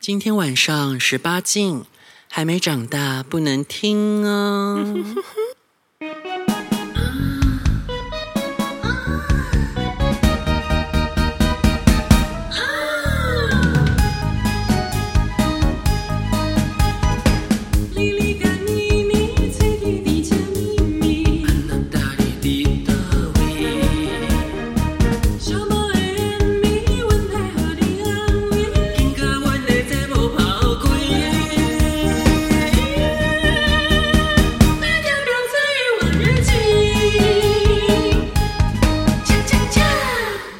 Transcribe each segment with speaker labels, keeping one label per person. Speaker 1: 今天晚上十八禁，还没长大不能听哦。
Speaker 2: 哩哩个咪咪，嘴里滴着咪咪，小猫的恩咪，阮来互你安慰。那条条最往日情，恰恰恰，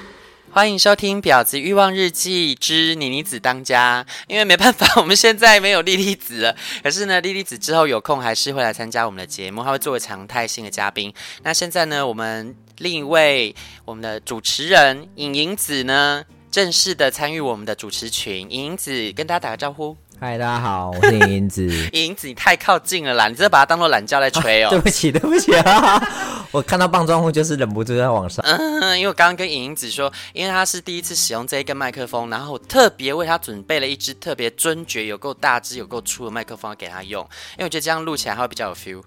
Speaker 1: 欢迎收听《婊子欲望日记之妮妮子当家》，因为没办法，我们现在没有莉莉子了。可是呢，莉莉子之后有空还是会来参加我们的节目，她会作为常态性的嘉宾。那现在呢，我们另一位我们的主持人尹莹子呢，正式的参与我们的主持群。尹莹子跟大家打个招呼。
Speaker 3: 嗨，大家好，我是银 子。
Speaker 1: 莹子，你太靠近了啦！你真的把它当做懒觉在吹
Speaker 3: 对
Speaker 1: 哦。
Speaker 3: 不起，对不起啊！ 我看到棒状物就是忍不住在往 上。
Speaker 1: 嗯，因为我刚刚跟莹子说，因为她是第一次使用这一根麦克风，然后我特别为她准备了一支特别尊爵、有够大支、有够粗的麦克风给她用，因为我觉得这样录起来她会比较有 feel。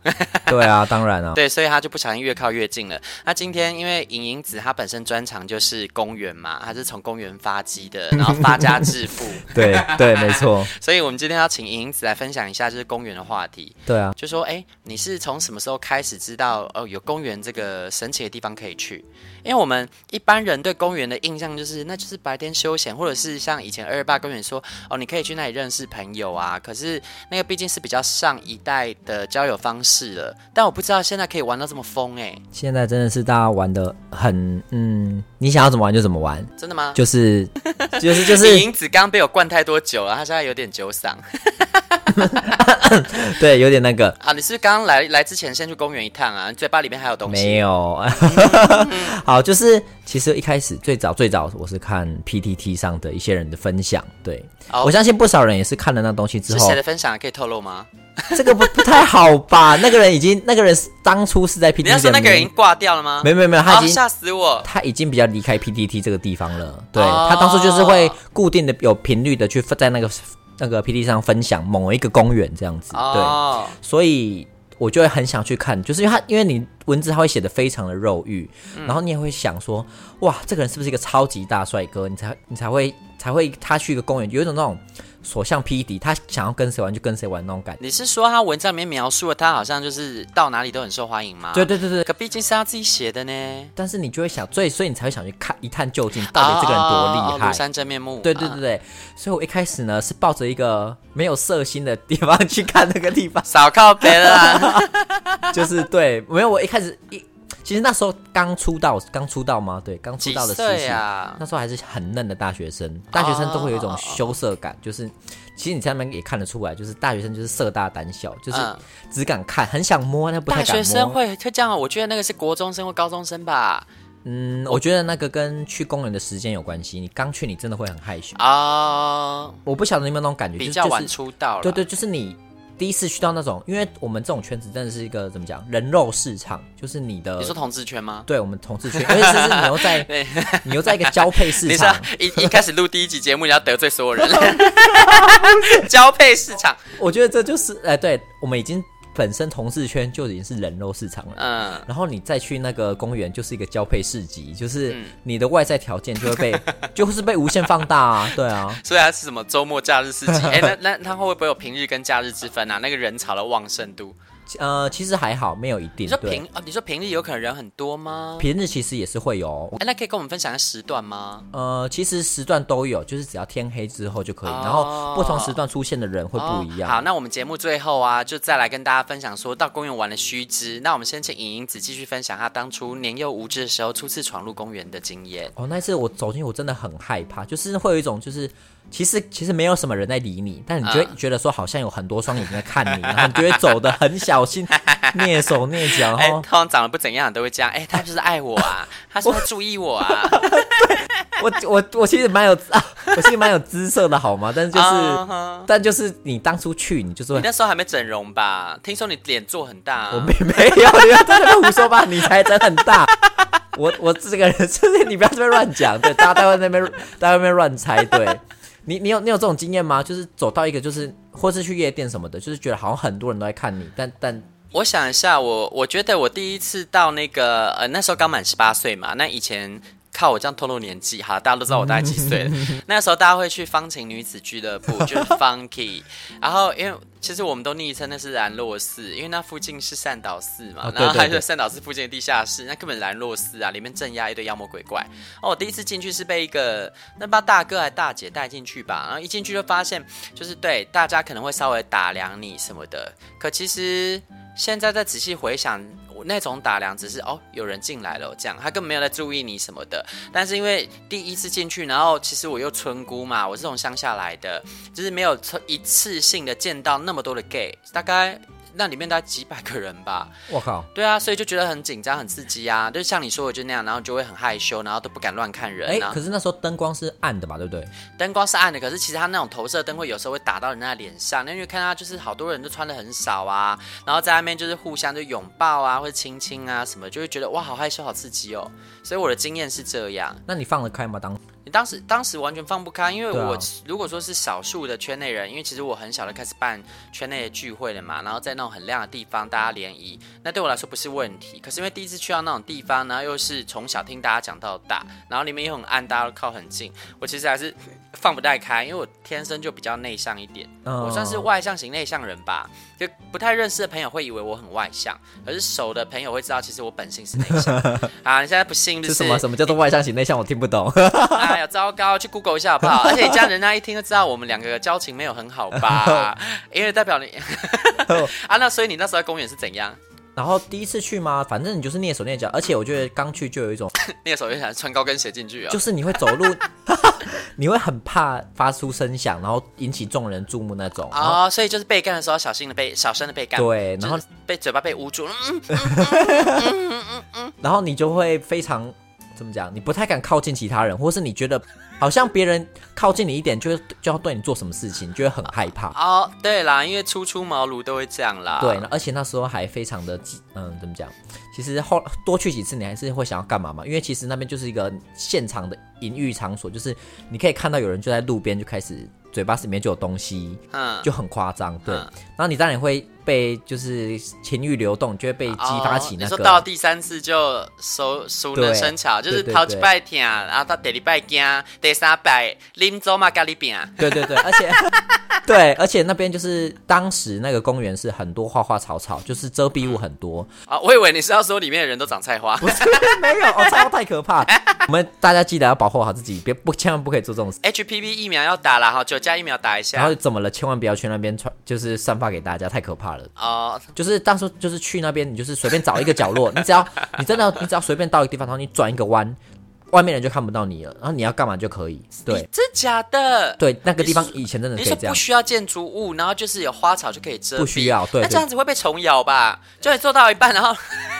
Speaker 3: 对啊，当然啊。
Speaker 1: 对，所以她就不小心越靠越近了。那今天因为莹莹子她本身专长就是公园嘛，她是从公园发迹的，然后发家致富，
Speaker 3: 对对，没错，
Speaker 1: 所以我们今天要请莹莹子来分享一下就是公园的话题。
Speaker 3: 对啊。
Speaker 1: 就说，哎，你是从什么时候开始知道哦有公园这个神奇的地方可以去？因为我们一般人对公园的印象就是，那就是白天休闲，或者是像以前二二八公园说，哦，你可以去那里认识朋友啊。可是那个毕竟是比较上一代的交友方式了，但我不知道现在可以玩到这么疯哎、
Speaker 3: 现在真的是大家玩的很，嗯，你想要怎么玩就怎么玩，
Speaker 1: 真的吗？
Speaker 3: 就是就是就
Speaker 1: 李
Speaker 3: 是，
Speaker 1: 银子刚刚被我灌太多酒了，她现在有点酒嗓
Speaker 3: 对，有点那个。
Speaker 1: 啊。你是不是刚刚来来之前先去公园一趟啊？你嘴巴里面还有东西？嗯
Speaker 3: 没有， 好，就是其实一开始最早最早我是看 PTT 上的一些人的分享，对、
Speaker 1: 哦
Speaker 3: 我相信不少人也是看了那东西之
Speaker 1: 是
Speaker 3: 后
Speaker 1: 谁，的分享啊可以透露吗？
Speaker 3: 这个不不太好吧？那个人已经，那个人是当初是在 PTT
Speaker 1: 你要说
Speaker 3: 的
Speaker 1: 那个人已
Speaker 3: 名
Speaker 1: 经挂掉了吗？
Speaker 3: 没有没有没有，他
Speaker 1: 啊！
Speaker 3: 已经、
Speaker 1: 吓死我！
Speaker 3: 他已经比较离开 PTT 这个地方了。对、
Speaker 1: 哦
Speaker 3: 他当初就是会固定的有频率的去分在那个那个 PTT 上分享某一个公园这样子。
Speaker 1: 哦，
Speaker 3: 对，所以我就会很想去看，就是因为他因为你文字他会写的非常的肉欲，
Speaker 1: 嗯
Speaker 3: 然后你也会想说，哇，这个人是不是一个超级大帅哥？你才你才会才会他去一个公园，有一种那种所向披靡，他想要跟谁玩就跟谁玩那种感觉。
Speaker 1: 你是说他文章里面描述了他好像就是到哪里都很受欢迎吗？
Speaker 3: 对对对对，
Speaker 1: 可毕竟是他自己写的呢。
Speaker 3: 但是你就会想，所以所以你才会想去看一探究竟，到底这个人
Speaker 1: 哦
Speaker 3: 多
Speaker 1: 哦
Speaker 3: 厉
Speaker 1: 哦
Speaker 3: 害。
Speaker 1: 庐山真面目。
Speaker 3: 对对
Speaker 1: 啊
Speaker 3: 对，对，所以我一开始呢是抱着一个没有色心的地方 去看那个地方，
Speaker 1: 少靠别了啦。
Speaker 3: 就是对，没有我一开始一，其实那时候刚出道，刚出道吗？对，刚出
Speaker 1: 几
Speaker 3: 道的时
Speaker 1: 岁
Speaker 3: 期，
Speaker 1: 啊？哦
Speaker 3: 那时候还是很嫩的大学生，大学生都会有一种羞涩感，就是其实你在那边也看得出来，就是大学生就是色大胆小，就是
Speaker 1: 嗯
Speaker 3: 只敢看，很想摸，但不
Speaker 1: 大
Speaker 3: 太敢
Speaker 1: 学生
Speaker 3: 摸。
Speaker 1: 会会这样哦？我觉得那个是国中生或高中生吧。
Speaker 3: 嗯，我觉得那个跟去公园的时间有关系，你刚去你真的会很害羞。
Speaker 1: 哦，
Speaker 3: 我不晓得你有没有那种感觉，就
Speaker 1: 啊比
Speaker 3: 是
Speaker 1: 较
Speaker 3: 就是
Speaker 1: 晚出道了。
Speaker 3: 对对，就是你第一次去到那种，因为我们这种圈子真的是一个怎么讲，人肉市场，就是你的
Speaker 1: 你，说同志圈吗？
Speaker 3: 对我们同志圈， 因为这是你又在你又在一个交配市
Speaker 1: 你是要
Speaker 3: 场，
Speaker 1: 一一开始录第一集节目，你要得罪所有人， 交配市场。
Speaker 3: 我觉得这就是哎、对我们已经本身同志圈就已经是人肉市场了。
Speaker 1: 嗯，
Speaker 3: 然后你再去那个公园，就是一个交配市集，就是你的外在条件就会被，
Speaker 1: 嗯
Speaker 3: 就是被无限放大啊，对啊，
Speaker 1: 所以它是什么周末、假日四 季？哎、那那它会不会有平日跟假日之分啊？那个人潮的旺盛度，
Speaker 3: 呃，其实还好，没有一定
Speaker 1: 你说，
Speaker 3: 对
Speaker 1: 平，哦，你说平日有可能人很多吗？
Speaker 3: 平日其实也是会有哦，
Speaker 1: 哎、那可以跟我们分享一下时段吗？
Speaker 3: 呃，其实时段都有，就是只要天黑之后就可以。
Speaker 1: 哦
Speaker 3: 然后不同时段出现的人会不一样。
Speaker 1: 哦好，那我们节目最后啊，就再来跟大家分享说到公园玩的须知。那我们先请莹莹子继续分享她当初年幼无知的时候初次闯入公园的经验。
Speaker 3: 哦，那一次我走进去，我真的很害怕，就是会有一种就是。其实其实没有什么人在理你，但你就会
Speaker 1: 嗯
Speaker 3: 觉得说好像有很多双眼睛在看你，然后你就会走的很小心，蹑手蹑脚，
Speaker 1: 哎、
Speaker 3: 然后
Speaker 1: 通常长得不怎样的都会这样。哎、他是不是爱我 啊？他是不是注意我啊？
Speaker 3: 我我我其实蛮有、 啊，我其实蛮有姿色的好吗？但是就是、
Speaker 1: 嗯哼
Speaker 3: 但就是你当初去，你就是会
Speaker 1: 你那时候还没整容吧？听说你脸做很大、啊。
Speaker 3: 我 没没有，你要在那边胡说八道，你才真的很大。 我我这个人，就是你不要这边乱讲，对，大家在那边在外面乱猜，对。你你有你有这种经验吗？就是走到一个就是，或是去夜店什么的，就是觉得好像很多人都在看你，但但
Speaker 1: 我想一下，我我觉得我第一次到那个呃，那时候刚满十八岁嘛，那以前。靠我这样透露年纪哈，大家都知道我大概几岁 了。那时候大家会去方晴女子俱乐部，就是 Funky。然后因为其实我们都昵称那是兰若寺，因为那附近是善导寺嘛，
Speaker 3: 哦对
Speaker 1: 然后还
Speaker 3: 对对
Speaker 1: 有善导寺附近的地下室，那根本兰若寺啊，里面镇压一堆妖魔鬼怪。哦，我第一次进去是被一个那不知道大哥还大姐带进去吧，然后一进去就发现，就是对大家可能会稍微打量你什么的，可其实现在再仔细回想，我那种打量只是哦有人进来了这样，他根本没有在注意你什么的。但是因为第一次进去，然后其实我又村姑嘛，我是从乡下来的，就是没有一次性的见到那么多的 gay，大概那里面大概几百个人吧。
Speaker 3: 我靠，
Speaker 1: 对啊，所以就觉得很紧张、很刺激啊，就像你说的就那样，然后就会很害羞，然后都不敢乱看
Speaker 3: 哎、
Speaker 1: 人啊
Speaker 3: 可。是那时候灯光是暗的吧，对不对？
Speaker 1: 灯光是暗的，可是其实它那种投射灯会有时候会打到人家的脸上，那因为看到就是好多人都穿的很少啊，然后在那边就是互相就拥抱啊，或者亲亲啊什么，就会觉得哇好害羞、好刺激哦。所以我的经验是这样，
Speaker 3: 那你放得开吗？当时
Speaker 1: 你当时当时完全放不开，因为
Speaker 3: 对啊
Speaker 1: 我、如果说是少数的圈内人，因为其实我很小就开始办圈内的聚会了嘛，然后在那种很亮的地方大家联谊，那对我来说不是问题。可是因为第一次去到那种地方，然后又是从小听大家讲到大，然后里面又很暗，大家都靠很近，我其实还是放不太开，因为我天生就比较内向一点。
Speaker 3: 嗯
Speaker 1: 我算是外向型内向人吧，就不太认识的朋友会以为我很外向，可是熟的朋友会知道其实我本性是内向。 啊，你现在不信就是
Speaker 3: 是什么什么叫做外向型内向？我听不懂。
Speaker 1: 哎呀，糟糕，去 Google 一下好不好？而且这样人家一听就知道我们两个交情没有很好 吧，因为代表你
Speaker 3: 哦
Speaker 1: 啊。那所以你那时候在公园是怎样？
Speaker 3: 然后第一次去吗？反正你就是蹑手蹑脚，而且我觉得刚去就有一种，
Speaker 1: 那个时候就想穿高跟鞋进去啊、
Speaker 3: 就是你会走路，你会很怕发出声响，然后引起众人注目那种。然后
Speaker 1: 哦，所以就是被干的时候小心的被小声的被干，
Speaker 3: 对然后
Speaker 1: 就是被嘴巴被捂住，嗯，
Speaker 3: 然后你就会非常怎么讲？你不太敢靠近其他人，或是你觉得好像别人靠近你一点就就要对你做什么事情，你就会很害怕。
Speaker 1: 哦，对啦，因为初出茅庐都会这样啦，
Speaker 3: 对，而且那时候还非常的激，嗯，怎么讲？其实后多去几次，你还是会想要干嘛嘛？因为其实那边就是一个现场的淫欲场所，就是你可以看到有人就在路边就开始嘴巴里面就有东西，
Speaker 1: 嗯，
Speaker 3: 就很夸张。对，
Speaker 1: 嗯
Speaker 3: 然后你当然会被就是情欲流动，你就会被激发起那
Speaker 1: 哦、你说
Speaker 3: 个。
Speaker 1: 到第三次就熟熟能生巧，
Speaker 3: 对
Speaker 1: 就是
Speaker 3: 对对
Speaker 1: 头一拜听，然后到第二拜惊，第三拜啉酒嘛咖喱饼，
Speaker 3: 对对对，而且 对，而且那边就是当时那个公园是很多花花草草，就是遮蔽物很多。
Speaker 1: 啊，我以为你是要说里面的人都长菜花。
Speaker 3: 没有哦，超太可怕！ 我们大家记得要保护好自己，别不千万不可以做这 种事。
Speaker 1: HPV 疫苗要打了哈，九价疫苗打一
Speaker 3: 然后
Speaker 1: 下。
Speaker 3: 怎么了？千万不要去那边传，就是散发给大家，太可怕了。
Speaker 1: 哦，
Speaker 3: 就是当时就是去那边，你就是随便找一个角落，你 只要你真的你只要随便到一个地方，然后你转一个弯，外面人就看不到你了，然后你要干嘛就可以。对
Speaker 1: 真假的？
Speaker 3: 对，那个地方
Speaker 1: 你说
Speaker 3: 以前真的
Speaker 1: 你
Speaker 3: 可以
Speaker 1: 说
Speaker 3: 这样
Speaker 1: 不，需要建筑物，然后就是有花草就可以遮蔽，
Speaker 3: 不需要对
Speaker 1: 那
Speaker 3: 对
Speaker 1: 这样子会被虫咬吧？就你做到一半，然后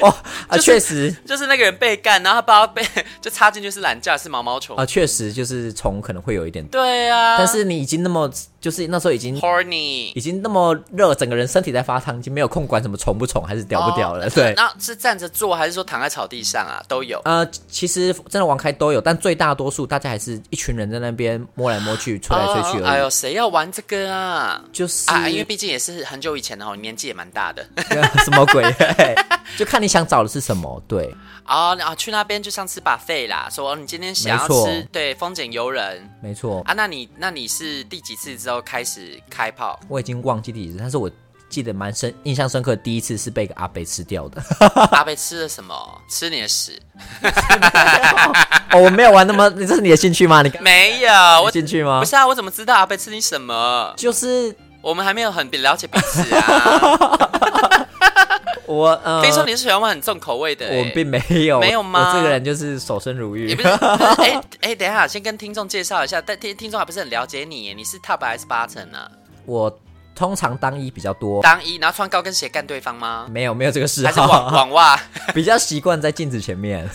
Speaker 3: 哦啊，
Speaker 1: 就是
Speaker 3: 确实
Speaker 1: 就是那个人被干，然后他不知道被 就插进去是懒架，是毛毛虫。
Speaker 3: 啊，确实就是虫可能会有一点
Speaker 1: 对啊，
Speaker 3: 但是你已经那么，就是那时候已经
Speaker 1: horny
Speaker 3: 已经那么热，整个人身体在发烫，已经没有空管什么宠不宠还是屌不屌了。
Speaker 1: 哦
Speaker 3: 对，
Speaker 1: 那是站着做还是说躺在草地上啊？都有。
Speaker 3: 呃，其实真的玩开都有，但最大多数大家还是一群人在那边摸来摸去、吹来吹去
Speaker 1: 哦哎
Speaker 3: 而已。
Speaker 1: 呦，谁要玩这个啊？
Speaker 3: 就是、
Speaker 1: 啊，因为毕竟也是很久以前了哦，年纪也蛮大的。
Speaker 3: 什么鬼，嘿就看你想找的是什么。对，
Speaker 1: 啊、啊，去那边就像吃把费啦，说哦你今天想要
Speaker 3: 没错
Speaker 1: 吃对风景游人
Speaker 3: 没错，
Speaker 1: 啊，那你那你是第几次之后开始开炮？
Speaker 3: 我已经忘记地址，但是我记得蛮深、印象深刻。第一次是被一个阿贝吃掉的。
Speaker 1: 阿贝吃了什么？ 吃你的屎？
Speaker 3: 哦，我没有玩那么，你这是你的兴趣吗？你
Speaker 1: 没有，
Speaker 3: 有
Speaker 1: 我
Speaker 3: 兴趣吗
Speaker 1: 不？是啊，我怎么知道阿贝吃你什么？
Speaker 3: 就是
Speaker 1: 我们还没有很了解彼此 啊。
Speaker 3: 我呃，
Speaker 1: 听说你是喜欢玩很重口味的、欸，
Speaker 3: 我并没有，
Speaker 1: 没有吗
Speaker 3: 我这个人就是守身如玉
Speaker 1: 也不。是，不是 哎哎，等一下，先跟听众介绍一下，但听听众还不是很了解你耶，你是 top 还是 bottom 呢、
Speaker 3: 我通常当一比较多，
Speaker 1: 啊当一，然后穿高跟鞋干对方吗？
Speaker 3: 没有没有这个嗜
Speaker 1: 还是啊网
Speaker 3: 好，
Speaker 1: 网袜？
Speaker 3: 比较习惯在镜子前面。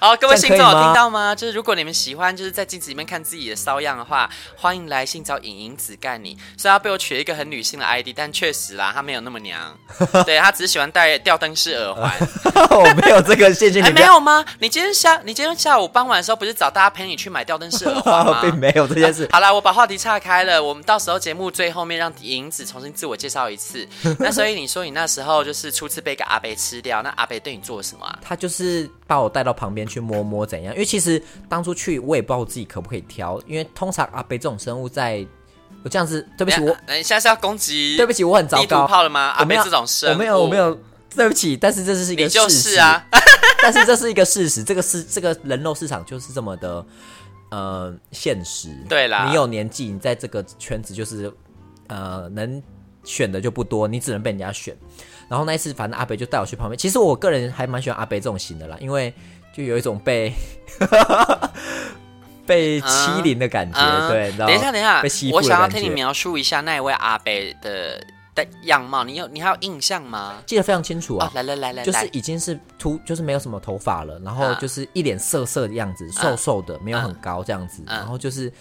Speaker 1: 好，各位信众
Speaker 3: 这
Speaker 1: 有
Speaker 3: 样可以吗
Speaker 1: 听到吗？就是如果你们喜欢，就是在镜子里面看自己的骚样的话，欢迎来信找影影子干你。虽然他被我取了一个很女性的 ID，但确实啦，他没有那么 娘，对他只是喜欢戴吊灯式耳环。
Speaker 3: 我没有这个，谢谢
Speaker 1: 哎、
Speaker 3: 你。不
Speaker 1: 没
Speaker 3: 要
Speaker 1: 有吗？你今天下你今天下午傍晚的时候，不是找大家陪你去买吊灯式 耳环吗？
Speaker 3: 并没有这件事。
Speaker 1: 好啦，我把话题岔开了。我们到时候节目最后面让银子重新自我介绍一 次。那所以你说你那时候就是初次被一个阿北吃掉，那阿北对你做了什么啊？
Speaker 3: 他就是把我带到旁边去摸摸怎样，因为其实当初去我也不知道自己可不可以挑，因为通常阿贝这种生物在，我这样子，对不起
Speaker 1: 等一
Speaker 3: 我
Speaker 1: 下，等一下是要攻击？
Speaker 3: 对不起我很糟
Speaker 1: 地图
Speaker 3: 糕，
Speaker 1: 炮了吗？阿
Speaker 3: 我没
Speaker 1: 北
Speaker 3: 有
Speaker 1: 这种生物，
Speaker 3: 我没有我没，有，对不起，但是这是一
Speaker 1: 你
Speaker 3: 个
Speaker 1: 就
Speaker 3: 事
Speaker 1: 是
Speaker 3: 实，
Speaker 1: 啊。
Speaker 3: 但是这是一个事实，这个是这个人肉市场就是这么的，呃，现实。
Speaker 1: 对啦
Speaker 3: 你有年纪，你在这个圈子就是，呃，能选的就不多，你只能被人家选。然后那一次，反正阿北就带我去旁边。其实我个人还蛮喜欢阿北这种型的啦，因为就有一种被 被欺凌的感觉，
Speaker 1: 嗯
Speaker 3: 对。然后
Speaker 1: 等一下，等一下
Speaker 3: 被欺，负
Speaker 1: 我
Speaker 3: 的
Speaker 1: 想要
Speaker 3: 感
Speaker 1: 听你
Speaker 3: 觉，
Speaker 1: 描述一下那一位阿北的的样貌，你有你还有印象吗？
Speaker 3: 记得非常清楚啊。
Speaker 1: 哦，来来来来，
Speaker 3: 就是
Speaker 1: 来
Speaker 3: 已经是秃，就是没有什么头发了，然后
Speaker 1: 啊
Speaker 3: 就是一脸涩涩的样子，瘦瘦的，没有很高这样子，
Speaker 1: 嗯
Speaker 3: 然后就是。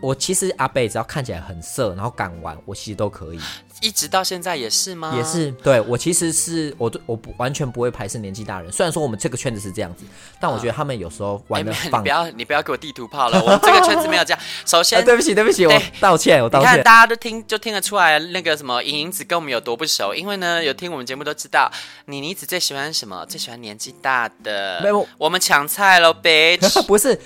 Speaker 3: 我其实阿贝只要看起来很色，然后敢玩，我其实都可以，
Speaker 1: 一直到现在也是吗？
Speaker 3: 也是对我其实是我对我不完全不会排斥年纪大人。虽然说我们这个圈子是这样子，但我觉得他们有时候
Speaker 1: 嗯哎。
Speaker 3: 玩的
Speaker 1: 没有你
Speaker 3: 放、
Speaker 1: 不要，你不要给我地图炮了，我们这个圈子没有这 样。首
Speaker 3: 啊，
Speaker 1: 先，
Speaker 3: 对不起对不起，我
Speaker 1: 哎
Speaker 3: 道歉我道
Speaker 1: 你看，
Speaker 3: 歉。
Speaker 1: 大家都听就听得出来，那个什么莹莹子跟我们有多不熟，因为呢，有听我们节目都知道，妮妮子最喜欢什么？最喜欢年纪大的。
Speaker 3: 没有
Speaker 1: 我们抢菜喽，bitch！
Speaker 3: 不是，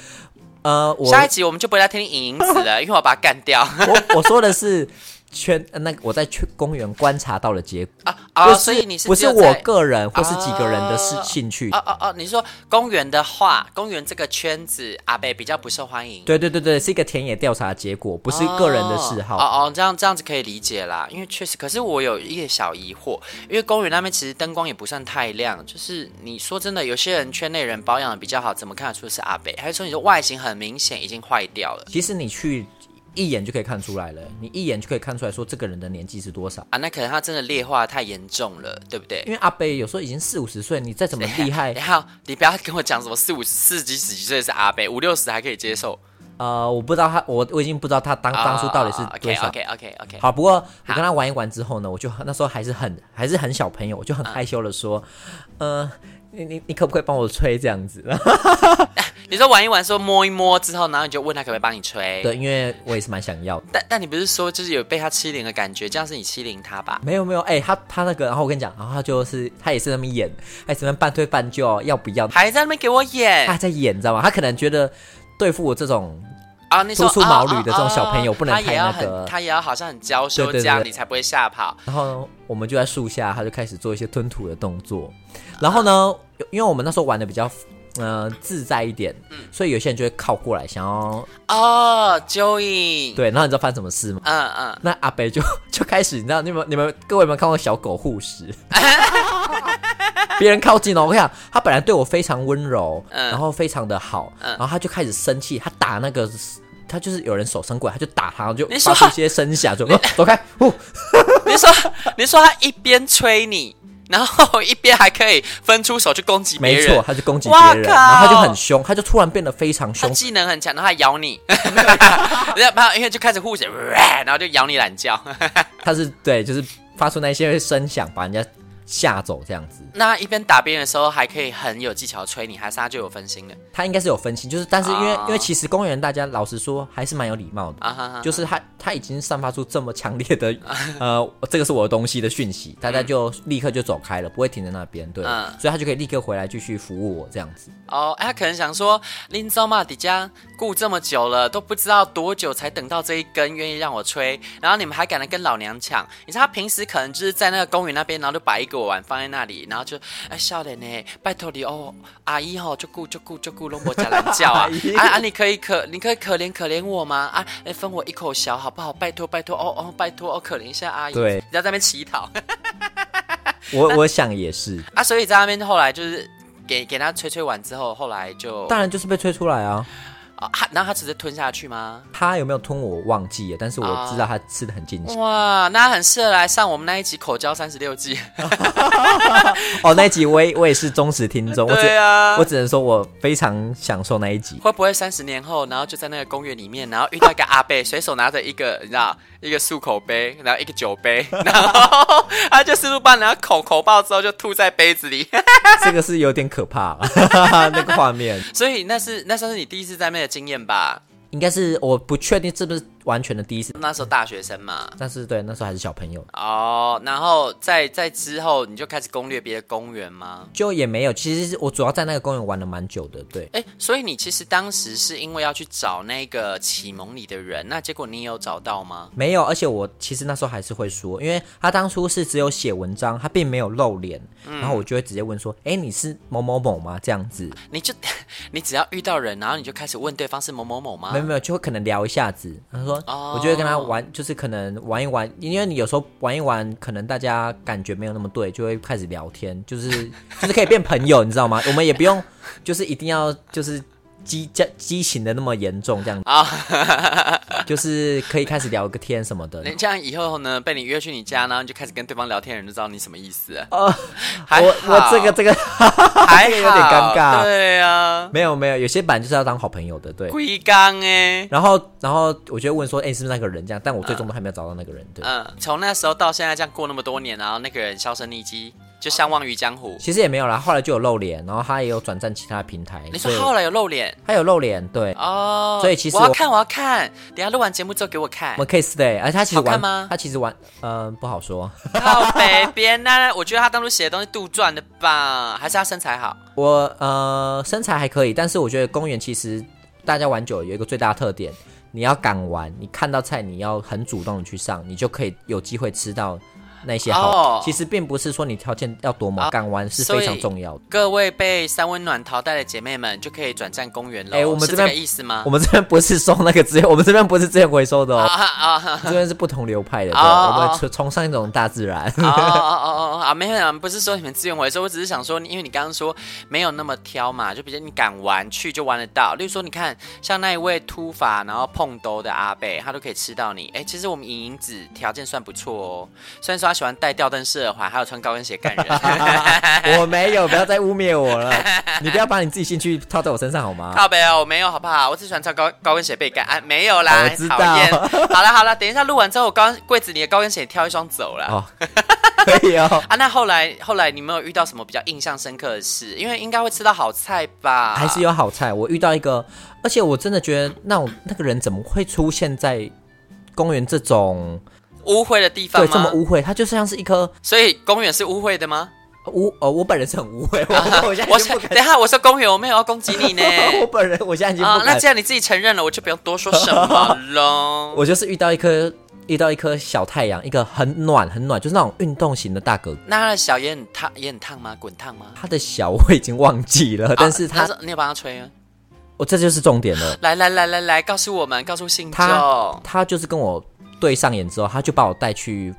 Speaker 3: 呃，我
Speaker 1: 下一集我们就不会来听莹莹子 了，因为我把它干掉
Speaker 3: 我我说的是圈，呃那个我在圈公园观察到的结果，
Speaker 1: 啊啊！
Speaker 3: 不
Speaker 1: 所以你
Speaker 3: 不
Speaker 1: 只
Speaker 3: 是
Speaker 1: 有
Speaker 3: 我
Speaker 1: 在
Speaker 3: 个人或是几个人的事
Speaker 1: 啊
Speaker 3: 兴趣
Speaker 1: 哦哦哦，你说公园的话，公园这个圈子阿贝比较不受欢迎，
Speaker 3: 对对对对，是一个田野调查结果，不
Speaker 1: 哦，
Speaker 3: 是个人的嗜好。
Speaker 1: 哦哦，这样这样子可以理解啦，因为确实，可是我有一个小疑惑，因为公园那边其实灯光也不算太亮，就是你说真的，有些人圈内人保养的比较好，怎么看得出是阿贝？还是说你的外形很明显已经坏掉了
Speaker 3: 其实你去一眼就可以看出来了，你一眼就可以看出来说这个人的年纪是多少。
Speaker 1: 啊？那可能他真的劣化得太严重了，对不对
Speaker 3: 因？为阿贝有时候已经四五十岁，你再怎么 厉害，
Speaker 1: 然后你不要跟我讲什么四五四几十几岁是阿贝，五六十还可以接受。啊
Speaker 3: 呃，我不知道他，我我已经不知道他当当初到底是多
Speaker 1: OK
Speaker 3: 少。
Speaker 1: 啊 OK OK OK。
Speaker 3: 好，不过我跟他玩一玩之后呢，我就那时候还是很还是很小朋友，我就很
Speaker 1: 啊
Speaker 3: 害羞的说，呃，你你你可不可以帮我吹这样子？
Speaker 1: 你说玩一玩，说摸一摸之后，然后你就问他可不可以帮你吹。
Speaker 3: 对，因为我也是蛮想要的。
Speaker 1: 但但你不是说就是有被他欺凌的感觉，这样是你欺凌他吧？
Speaker 3: 没有没有，哎、他他那个，然后我跟你讲，然后他就是他也是那么演，他也是那么半推半就，要不要？
Speaker 1: 还在那边给我演
Speaker 3: 他还在演，你知道吗？他可能觉得对付我这种，
Speaker 1: 啊！你说
Speaker 3: 初出茅庐的这种小朋友
Speaker 1: 啊啊啊
Speaker 3: 不能
Speaker 1: 他也要
Speaker 3: 太那个
Speaker 1: 很，他也要好像很娇羞
Speaker 3: 对对
Speaker 1: 这
Speaker 3: 对
Speaker 1: 样，
Speaker 3: 对
Speaker 1: 你才不会吓跑。
Speaker 3: 然后我们就在树下，他就开始做一些吞吐的动作。然后呢，因为我们那时候玩的比较呃自在一点，所以有些人就会靠过来想要
Speaker 1: 哦，Joey，，
Speaker 3: 对，然后你知道发生什么事吗？
Speaker 1: 嗯嗯，
Speaker 3: 那阿北就 就开始，你知道，你们你们各位有没有看过小狗护食？ 别人靠近哦，我跟你讲，他本来对我非常温柔，
Speaker 1: 嗯
Speaker 3: 然后非常的好，然后他就开始生气，他打那个，他就是有人手伸过来，他就打他，然后就
Speaker 1: 你说
Speaker 3: 发出一些声响，就、呃走开，呼，
Speaker 1: 你说 你说他一边吹你，然后一边还可以分出手去攻击别
Speaker 3: 没
Speaker 1: 人，
Speaker 3: 错，他就攻击别
Speaker 1: 哇
Speaker 3: 人，
Speaker 1: 靠
Speaker 3: 然后他就很凶，他就突然变得非常
Speaker 1: 他
Speaker 3: 凶，
Speaker 1: 技能很强，然后还咬你，啊然后没有因为就开始互相，然后就咬你懒觉。
Speaker 3: 他是对，就是发出那些声响，把人家吓走这样子。
Speaker 1: 那一边打别人的时候，还可以很有技巧地吹你，还是他就有分心了
Speaker 3: 他应该是有分心，就是但是因为、
Speaker 1: 啊
Speaker 3: 因为其实公园大家老实说还是蛮有礼貌的
Speaker 1: 啊哈哈？
Speaker 3: 就是他他已经散发出这么强 烈的呃，这个是我的东西的讯息，大家就立刻就走开了，不会停在那边，对，
Speaker 1: 嗯
Speaker 3: 所以他就可以立刻回来继续服务我这样子。
Speaker 1: 哦，哎他可能想说，林昭嘛底家顾这么久了，都不知道多久才等到这一根愿意让我吹，然后你们还敢来跟老娘抢？你知道他平时可能就是在那个公园那边，然后就摆一个碗放在那里，然后就哎笑脸呢，拜托你哦，阿姨哦，就顾就顾就顾龙伯家懒觉啊
Speaker 3: 阿，姨
Speaker 1: 啊啊，你可以可你可以可怜可怜我吗？啊，哎分我一口小好不好？拜托拜托哦哦，拜托哦，可怜一下阿姨，
Speaker 3: 对
Speaker 1: 你要在那边乞讨。
Speaker 3: 我我想也是，
Speaker 1: 啊，所以在那边后来就是给给他吹吹完之后，后来就
Speaker 3: 当然就是被吹出来啊，
Speaker 1: 哦，他然后他直接吞下去吗？
Speaker 3: 他有没有吞我忘记了，但是我
Speaker 1: 啊
Speaker 3: 知道他吃的很尽兴。
Speaker 1: 哇，那很适合来上我们那一集口交三十六计。
Speaker 3: 哦，那一集我也我也是忠实听众，我只
Speaker 1: 对啊
Speaker 3: 我，只能说我非常享受那 一集。
Speaker 1: 会不会三十年后，然后就在那个公园里面，然后遇到一个阿伯，随手拿着一个你知道一个漱口杯，然后一个酒杯， 然后他就四处把然后口口爆之后就吐在杯子里。
Speaker 3: 这个是有点可怕了， 那个画 面
Speaker 1: 所以那是那算是你第一次在那的经验吧？
Speaker 3: 应该是我不确定是不是完全的第一次，
Speaker 1: 那时候大学生嘛。
Speaker 3: 但是对那时候还是小朋友，
Speaker 1: 哦，然后在在之后你就开始攻略别的公园吗？
Speaker 3: 就也没有。其实是我主要在那个公园玩了蛮久的，对，
Speaker 1: 哎，所以你其实当时是因为要去找那个启蒙你的人，那结果你有找到吗？
Speaker 3: 没有。而且我其实那时候还是会说，因为他当初是只有写文章，他并没有露脸，然后我就会直接问说：“哎，你是某某某吗？”这样子，
Speaker 1: 你就 你只要遇到人，然后你就开始问对方是某某某吗
Speaker 3: 没？有没有，就会可能聊一下子。他说，
Speaker 1: 啊哦
Speaker 3: 我就会跟他玩，就是可能玩一玩，因为你有时候玩一玩，可能大家感觉没有那么对，就会开始聊天，就是就是可以变朋友，你知道吗？我们也不用就是一定要就是激激激情的那么严重这样子，
Speaker 1: 啊、
Speaker 3: 就是可以开始聊个天什么的。
Speaker 1: 那这样以后呢，被你约去你家，然后你就开始跟对方聊天，人就知道你什么意思了。
Speaker 3: 哦，
Speaker 1: 还
Speaker 3: 我我
Speaker 1: 好
Speaker 3: 这个这 个
Speaker 1: 还
Speaker 3: 这个有点尴
Speaker 1: 好
Speaker 3: 尬
Speaker 1: 对啊，
Speaker 3: 没有没有，有些版就是要当好朋友的，对。
Speaker 1: 龟缸哎。
Speaker 3: 然后然后我就会问说，哎、你是不是那个人这样？但我最终都还没有找到那个人，对。
Speaker 1: 嗯，从那时候到现在，这样过那么多年，然后那个人销声匿迹，就相忘于江湖。
Speaker 3: 其实也没有啦，后来就有露脸，然后他也有转战其他平台。
Speaker 1: 你
Speaker 3: 所
Speaker 1: 说
Speaker 3: 以
Speaker 1: 后来有露脸
Speaker 3: 他有露脸，对，
Speaker 1: 哦，
Speaker 3: 所以其实
Speaker 1: 我要
Speaker 3: 我
Speaker 1: 看，我要看，等一下录完节目之后给我看
Speaker 3: 我。们可以 stay，而且他其实
Speaker 1: 好
Speaker 3: 玩
Speaker 1: 看吗
Speaker 3: 他其实玩，嗯、不好说。
Speaker 1: 靠北边呢，我觉得他当初写的东西杜撰的吧，还是他身材好？
Speaker 3: 我呃身材还可以，但是我觉得公园其实大家玩久了有一个最大的特点，你要敢玩，你看到菜你要很主动的去上，你就可以有机会吃到那些
Speaker 1: 哦
Speaker 3: 好。
Speaker 1: 啊
Speaker 3: 其实并不是说你条件要多么、敢玩是非
Speaker 1: 所
Speaker 3: 常
Speaker 1: 以
Speaker 3: 重要的。
Speaker 1: 各位被三温暖淘汰的姐妹们，就可以转战公园了。
Speaker 3: 哎我们
Speaker 1: 是
Speaker 3: 这
Speaker 1: 这
Speaker 3: 边
Speaker 1: 个意思吗
Speaker 3: 我？们这边不是收那个资源，我们这边不是资源回收的哦，
Speaker 1: 啊啊啊！
Speaker 3: 这边是不同流派的，对，
Speaker 1: 哦
Speaker 3: 我
Speaker 1: 哦
Speaker 3: 们崇崇尚一种大 自然。
Speaker 1: 哦哦哦哦啊！没有啊，不是说你们资源回收，我只是想说，因为你刚刚说没有那么挑嘛，就比较你敢玩去就玩得到。例如说，你看像那一位秃发然后碰兜的阿贝，他都可以吃到你。哎，其实我们莹莹子条件算不错哦，虽然说他喜欢戴吊灯式耳环，还有穿高跟鞋干人。
Speaker 3: 我没有，不要再污蔑我了。你不要把你自己兴趣套在我身上好吗？
Speaker 1: 靠北哦，我没有好不好？我只喜欢穿高高跟鞋被盖啊，没有啦，
Speaker 3: 哦我知道
Speaker 1: 讨厌。 好了好了，等一下录完之后，我高柜子里的高跟鞋挑一双走了。
Speaker 3: 哦，可以哦。
Speaker 1: 啊，那后来后来你们有遇到什么比较印象深刻的事？因为应该会吃到好菜吧？
Speaker 3: 还是有好菜。我遇到一个，而且我真的觉得那种那个人怎么会出现在公园这种
Speaker 1: 污秽的地方
Speaker 3: 对
Speaker 1: 吗？
Speaker 3: 这么污秽？他就像是一颗
Speaker 1: 所以公园是污秽的吗？
Speaker 3: 污呃，我本人是很污秽， 我我现在
Speaker 1: 啊我
Speaker 3: 已经
Speaker 1: 想
Speaker 3: 不
Speaker 1: 等一
Speaker 3: 敢。
Speaker 1: 下，我说公园，我没有要攻击 你呢。
Speaker 3: 我本人我现在已经
Speaker 1: 啊、
Speaker 3: 不
Speaker 1: 那
Speaker 3: 敢
Speaker 1: 既。然你自己承认了，我就不用多说什么喽。
Speaker 3: 我就是遇到一颗遇到一颗小太阳，一个很暖很暖，就是那种运动型的大哥哥。
Speaker 1: 那他的小也很烫，也很烫吗？滚烫吗？
Speaker 3: 他的小我已经忘记了，但是
Speaker 1: 啊
Speaker 3: 他
Speaker 1: 说你有帮他吹啊？
Speaker 3: 我这就是重点了。
Speaker 1: 来来来来来，告诉我们，告诉信众。
Speaker 3: 他他就是跟我对上眼之后，他就把我带去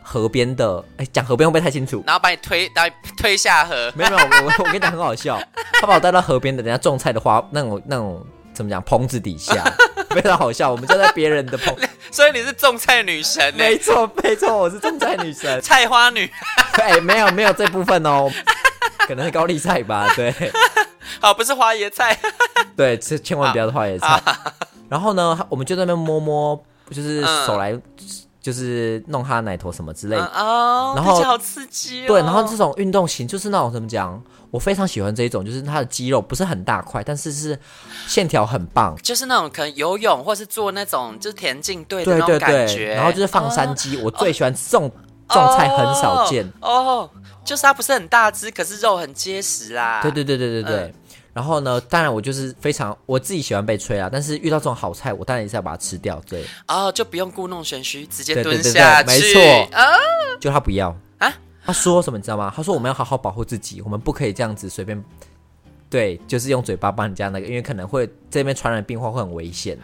Speaker 3: 河边的，哎，讲河边会不会太清楚？
Speaker 1: 然后把你推，把你推下河。
Speaker 3: 没有没有，我我我跟你讲很好笑， 他把我带到河边的人家种菜的花那种那种怎么讲棚子底下， 非常好笑。我们就在别人的棚，
Speaker 1: 所以你是种菜女神呢、。
Speaker 3: 没错没错，我是种菜女神
Speaker 1: 菜花女，
Speaker 3: 哎，没有没有这部分哦，可能是高丽菜吧， 对
Speaker 1: 好，不是花椰菜。
Speaker 3: 对，千千万不要画野菜。然后呢，我们就在那边摸摸，就是
Speaker 1: 嗯
Speaker 3: 手来就是弄他的奶头什么之类
Speaker 1: 嗯
Speaker 3: 的。
Speaker 1: 哦，
Speaker 3: 然后
Speaker 1: 听起来好刺激哦。
Speaker 3: 对，然后这种运动型就是那种怎么讲，我非常喜欢这一种，就是他的肌肉不是很大块，但是是线条很棒。
Speaker 1: 就是那种可能游泳或是做那种就是田径队的
Speaker 3: 对
Speaker 1: 那种
Speaker 3: 对
Speaker 1: 感觉，哦
Speaker 3: 对，然后就是放山鸡，我最喜欢这种这种菜很少见。
Speaker 1: 哦，哦就是它不是很大只，可是肉很结实啦。
Speaker 3: 对对对对对对。
Speaker 1: 哦嗯
Speaker 3: 然后呢，当然我就是非常我自己喜欢被吹啊，但是遇到这种好菜，我当然也是要把它吃掉。对，
Speaker 1: 哦，就不用故弄玄虚，直接
Speaker 3: 对对
Speaker 1: 蹲
Speaker 3: 对
Speaker 1: 下去。
Speaker 3: 对没错
Speaker 1: 啊，
Speaker 3: 就他不要
Speaker 1: 啊，
Speaker 3: 他说什么你知道吗？他说我们要好好保护自己，我们不可以这样子随便。对，就是用嘴巴帮人家那个，因为可能会这边传染病话会很危险。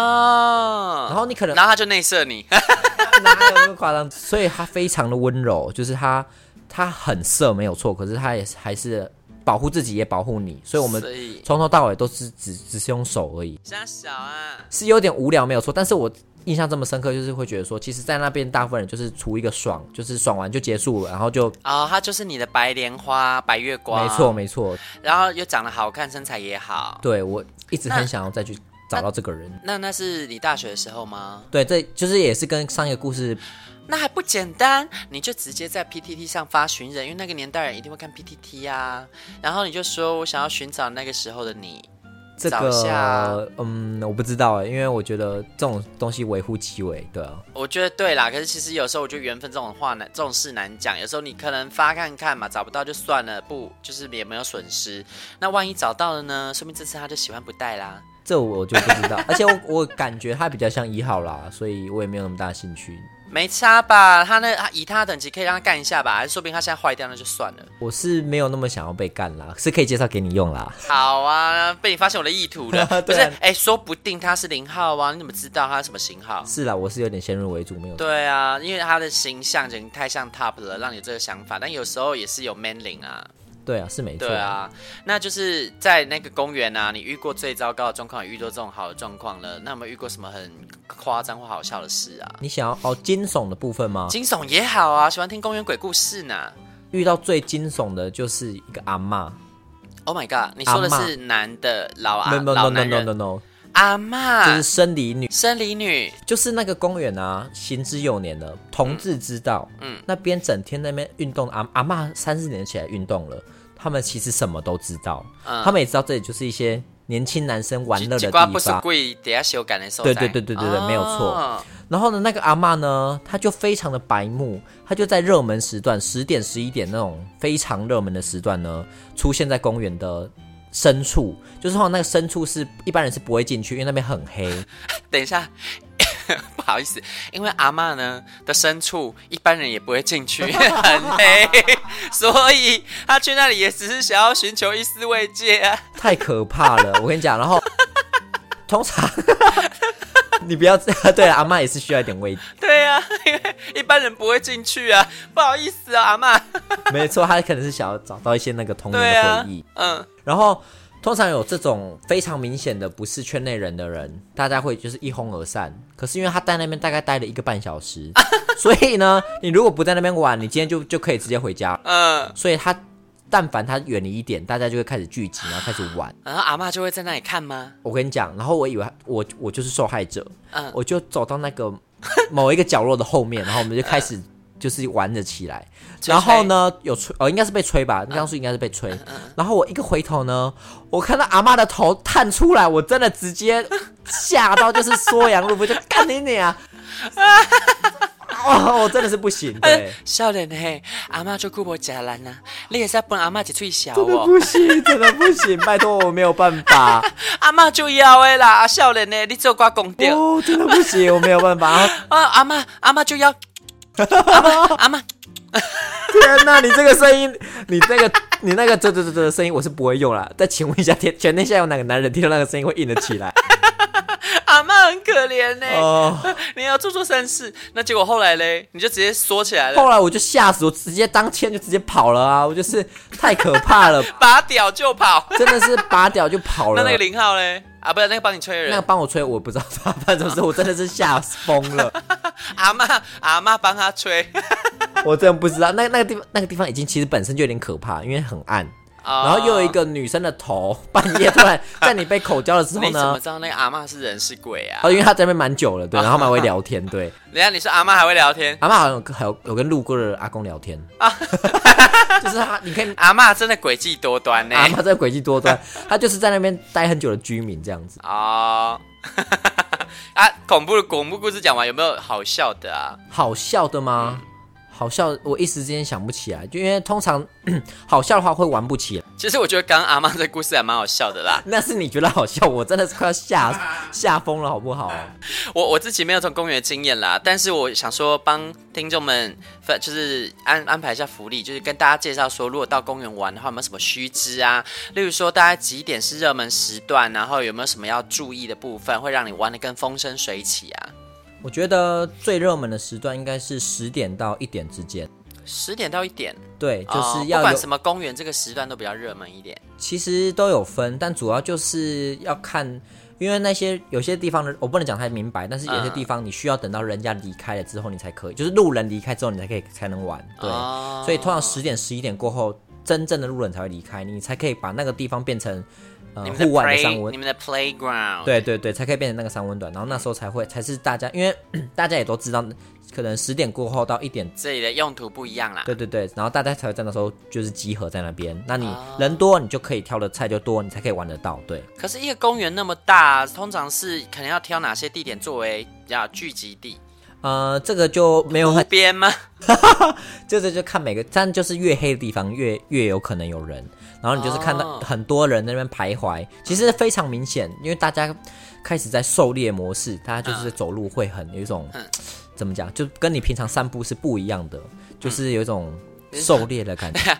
Speaker 1: 哦
Speaker 3: 然后你可能
Speaker 1: 然后他就内射你，
Speaker 3: 哪有那么夸张？所以他非常的温柔，就是他他很色没有错，可是他也是还是保护自己也保护你，所以我们
Speaker 1: 所以
Speaker 3: 从头到尾都是只只是用手而已，
Speaker 1: 加小啊，
Speaker 3: 是有点无聊没有错。但是我印象这么深刻，就是会觉得说，其实，在那边大部分人就是图一个爽，就是爽完就结束了，然后就
Speaker 1: 哦，它就是你的白莲花、白月光，
Speaker 3: 没错，没错，
Speaker 1: 然后又长得好看，身材也好。
Speaker 3: 对我一直
Speaker 1: 那
Speaker 3: 很想要再去找到这个人。
Speaker 1: 那那是你大学的时候吗？
Speaker 3: 对，这就是也是跟上一个故事
Speaker 1: 那还不简单，你就直接在 PTT 上发寻人，因为那个年代人一定会看 PTT 啊。然后你就说我想要寻找那个时候的你，
Speaker 3: 这
Speaker 1: 找一下
Speaker 3: 个，嗯，我不知道哎，因为我觉得这种东西微乎其微，对啊，
Speaker 1: 我觉得对啦，可是其实有时候我觉得缘分这种话难，这种事难讲。有时候你可能发看看嘛，找不到就算了，不就是也没有损失。那万一找到了呢？说明这次他就喜欢不带啦。
Speaker 3: 这我就不知 道。而且我我感觉他比较像一号啦，所以我也没有那么大兴趣。
Speaker 1: 没差吧？他那他以他等级可以让他干一下吧，还是说不定他现在坏掉那就算了。
Speaker 3: 我是没有那么想要被干啦，是可以介绍给你用啦。
Speaker 1: 好啊，被你发现我的意图了。不
Speaker 3: 对
Speaker 1: 是，
Speaker 3: 啊
Speaker 1: 哎、说不定他是零号啊，你怎么知道他是什么型号？
Speaker 3: 是啦，我是有点先入为主，没有。
Speaker 1: 对啊，因为他的形象已经太像 top 了，让你有这个想法。但有时候也是有 man 零啊，
Speaker 3: 对啊，是没错。
Speaker 1: 对，啊，那就是在那个公园啊，你遇过最糟糕的状况，也遇到这种好的状况了。那有没有遇过什么很夸张或好笑的事啊？
Speaker 3: 你想要哦惊悚的部分吗？
Speaker 1: 惊悚也好啊，喜欢听公园鬼故事呢。
Speaker 3: 遇到最惊悚的就是一个阿嬷。
Speaker 1: Oh my god！你说的
Speaker 3: 阿
Speaker 1: 是男的老啊
Speaker 3: no no
Speaker 1: 老
Speaker 3: no
Speaker 1: 男
Speaker 3: no
Speaker 1: 人啊
Speaker 3: no no no，
Speaker 1: 阿
Speaker 3: 就
Speaker 1: 妈，
Speaker 3: 是生理女，
Speaker 1: 生理女，
Speaker 3: 就是那个公园啊，行之有年了，同志之道，嗯，那边整天那边运动，阿阿嬷三四年起来运动了，他们其实什么都知道，
Speaker 1: 嗯
Speaker 3: 他们也知道这里就是一些年轻男生玩乐的
Speaker 1: 一寡
Speaker 3: 地
Speaker 1: 不是
Speaker 3: 方。
Speaker 1: 贵，等下修改的时候。哦
Speaker 3: 对对对对对对没有错。然后呢，那个阿嬷呢，她就非常的白目，她就在热门时段，十点十一点那种非常热门的时段呢，出现在公园的深处，就是好像那个深处是一般人是不会进去，因为那边很黑。
Speaker 1: 等一下， 不好意思，因为阿嬷呢的深处，一般人也不会进 去，很黑，所以她去那里也只是想要寻求一丝慰藉啊。
Speaker 3: 太可怕了，我跟你讲。然后通常 你不要 这样，对啊阿妈也是需要一点慰藉，
Speaker 1: 对啊， 因为一般人不会进去啊，不好意思啊，阿嬷。
Speaker 3: 没错，她可能是想要找到一些那个童
Speaker 1: 对
Speaker 3: 年的
Speaker 1: 啊
Speaker 3: 回忆。，
Speaker 1: 嗯，
Speaker 3: 然后通常有这种非常明显的不是圈内人的人，大家会就是一哄而散。可是因为他在那边大概待了一个半小时，所以呢，你如果不在那边玩，你今天就就可以直接回家。
Speaker 1: 嗯，
Speaker 3: 所以他但凡他远离一点，大家就会开始聚集，然后开始玩。
Speaker 1: 然后阿嬷就会在那里看吗？
Speaker 3: 我跟你讲，然后我以为我我就是受害者，
Speaker 1: 嗯
Speaker 3: 我就走到那个 某一个角落的后面，然后我们就开始就是玩着起来。
Speaker 1: 吹
Speaker 3: 然后呢，有嗯吹嗯哦，应该是被吹吧，当初应该是被吹。然后我一个回头呢，我看到阿妈的头探出来，我真的直 接吓到，就是缩阳入腹，就干你你 啊！哦，我真的是不行，对，
Speaker 1: 笑脸嘿，阿嬷就顾我假兰呐，你也在帮阿嬷一喙笑
Speaker 3: 真的
Speaker 1: 哦。
Speaker 3: 不行，真的不行， 拜托我没有办 法。
Speaker 1: 阿嬷就要的啦，啊少年呢，你做我讲对。
Speaker 3: 哦，真的不行，我没有办法。然后
Speaker 1: 啊，阿妈阿妈就 要，阿妈阿妈，
Speaker 3: 天呐，你这个声音，你这个你那个这这这这声音我是不会用啦。再请问一下，天全天下有哪个男人听到那个声音会硬得起 来？
Speaker 1: 阿妈很可怜呢、
Speaker 3: 哦、
Speaker 1: 你要做做善事，那结果后来嘞，你就直接缩起来了，
Speaker 3: 后来我就吓死，我直接当天就直接跑了啊！我就是太可怕了，
Speaker 1: 拔屌就跑。
Speaker 3: 真的是拔屌就跑
Speaker 1: 那
Speaker 3: 了。
Speaker 1: 那个零号嘞？啊，不是那个帮你吹的
Speaker 3: 那个
Speaker 1: 人，
Speaker 3: 帮我吹，我不知道他发生
Speaker 1: 哦
Speaker 3: 什么事，我真的是吓疯了，
Speaker 1: 阿妈阿妈帮他吹。
Speaker 3: 我真的不知道。那那个地方，那个地方已经其实本身就有点可怕，因为很暗，
Speaker 1: 然
Speaker 3: 然后又有一，个女生的头，半夜突然在你被口交的 时候
Speaker 1: 哦你怎么
Speaker 3: 呢，
Speaker 1: 知道那个阿妈是人是鬼啊？
Speaker 3: 哦，因为她在那边蛮久了， 对，然后蛮会聊天，对，
Speaker 1: 人家你说阿妈还会聊天，
Speaker 3: 阿妈好像有跟还有有跟路过的阿公聊天，
Speaker 1: 啊
Speaker 3: 就是他，你可以。
Speaker 1: 阿妈真的诡计多端呢、
Speaker 3: 阿妈这个诡计多端，她就是在那边待很久的居民这样子。
Speaker 1: 哦。 啊，恐怖的恐怖故事讲完，有没有好笑的啊？
Speaker 3: 好笑的吗？
Speaker 1: 嗯
Speaker 3: 好笑，我一时之间想不起来，就因为通常 好笑的话会玩不起来。
Speaker 1: 其实我觉得刚刚阿妈这故事还蛮好笑的啦。
Speaker 3: 那是你觉得好笑，我真的是快 要吓吓疯了，好不好？
Speaker 1: 我我自己没有这种公园的经验啦，但是我想说帮听众们分就是安安排一下福利，就是跟大家介绍说，如果到公园玩的话，有没有什么须知啊？例如说大家几点是热门时段，然后有没有什么要注意的部分，会让你玩的更风生水起啊？
Speaker 3: 我觉得最热门的时段应该是十点到一点之间，
Speaker 1: 十点到一点，
Speaker 3: 对，就
Speaker 1: 哦
Speaker 3: 是
Speaker 1: 不
Speaker 3: 要
Speaker 1: 管
Speaker 3: 有，
Speaker 1: 什么公园这个时段都比较热门一点。
Speaker 3: 其实都有分，但主要就是要看。因为那些有些地方的我不能讲太明白，但是有些
Speaker 1: 嗯
Speaker 3: 地方你需要等到人家离开了之后，你才可以，就是路人离开之后你才可以才能玩，对。
Speaker 1: 哦
Speaker 3: 所以通常十点、十一点过后，真正的路人才会离开，你才可以把那个地方变成呃
Speaker 1: 你们的
Speaker 3: 户外的
Speaker 1: play，
Speaker 3: 商
Speaker 1: 你
Speaker 3: 温，
Speaker 1: 们的 playground，，
Speaker 3: 对对对，才可以变成那个商温暖。然后那时候才会才是大家，因为 大家也都知道，可能十点过后到一点，
Speaker 1: 这里的用途不一样啦。
Speaker 3: 对对对，然后大家才会在那时候就是集合在那边。那你人多，你就可以挑的菜就多，你才可以玩得到。对，
Speaker 1: 可是一个公园那么大，通常是可能要挑哪些地点作为啊聚集地？
Speaker 3: 呃，这个就没有
Speaker 1: 湖
Speaker 3: 很，
Speaker 1: 边吗？
Speaker 3: 这个就看每个，但就是越黑的地方越越有可能有人，然后你就是看到
Speaker 1: 哦
Speaker 3: 很多人在那边徘徊，其实非常明显，因为大家开始在狩猎模式，大家就是走路会很有一种、
Speaker 1: 嗯
Speaker 3: 怎么讲，就跟你平常散步是不一样的，就是有一种狩猎的感觉，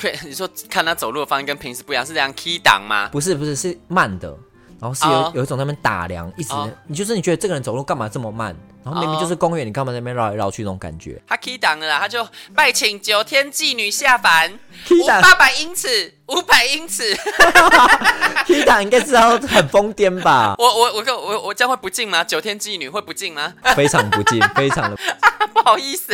Speaker 1: 对，你说看他走路的方式跟平时不一样，是这样 key 档吗？
Speaker 3: 不是不是是慢的。然后是有、
Speaker 1: 哦
Speaker 3: 有一种在那边打量，一直、
Speaker 1: 哦
Speaker 3: 你就是你觉得这个人走路干嘛这么慢？然后明明就是公园，你干嘛在那边绕来绕去那种感 觉？
Speaker 1: 他 key 档了啦，他就拜请九天妓女下凡，
Speaker 3: key
Speaker 1: 五
Speaker 3: 档
Speaker 1: 八百英尺，五百英尺。
Speaker 3: 踢打应该知道很疯癫吧？
Speaker 1: 我我我跟我我这样会不敬吗？九天妓女会不敬吗？
Speaker 3: 非常不近，非常的
Speaker 1: 不好意思，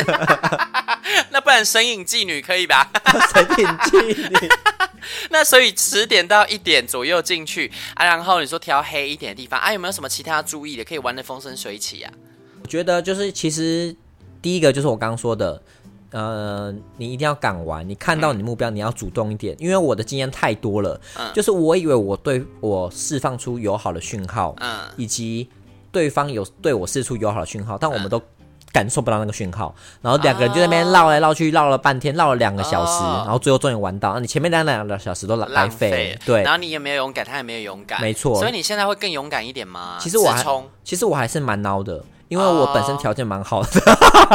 Speaker 1: 那不然神隐妓女可以吧？
Speaker 3: 神隐妓女。
Speaker 1: 那所以十点到一点左右进去啊，然后你说挑黑一点的地方啊，有没有什么其他要注意的，可以玩的风生水起啊？
Speaker 3: 我觉得就是其实第一个就是我刚刚说的，呃，你一定要敢玩，你看
Speaker 1: 嗯
Speaker 3: 到你目标你要主动一点，因为我的经验太多了，就是我以为我对我释放出友好的讯号，
Speaker 1: 嗯，
Speaker 3: 以及对方有对我释出友好的讯号，但我
Speaker 1: 嗯
Speaker 3: 们都。感受不到那个讯号，然后两个人就在那边绕来绕去，绕了半天，绕了两个小时，
Speaker 1: 哦
Speaker 3: 然后最后终于玩到。那你前面那两个小时都白
Speaker 1: 浪
Speaker 3: 费
Speaker 1: 费
Speaker 3: 了，。对
Speaker 1: 然，后你也没有勇敢，他也没有勇敢，
Speaker 3: 没错
Speaker 1: 所以你现在会更勇敢一点吗？
Speaker 3: 其实我
Speaker 1: 自
Speaker 3: 还
Speaker 1: 冲
Speaker 3: 其实我还是蛮孬的，因为我本身条件蛮好的，
Speaker 1: 哦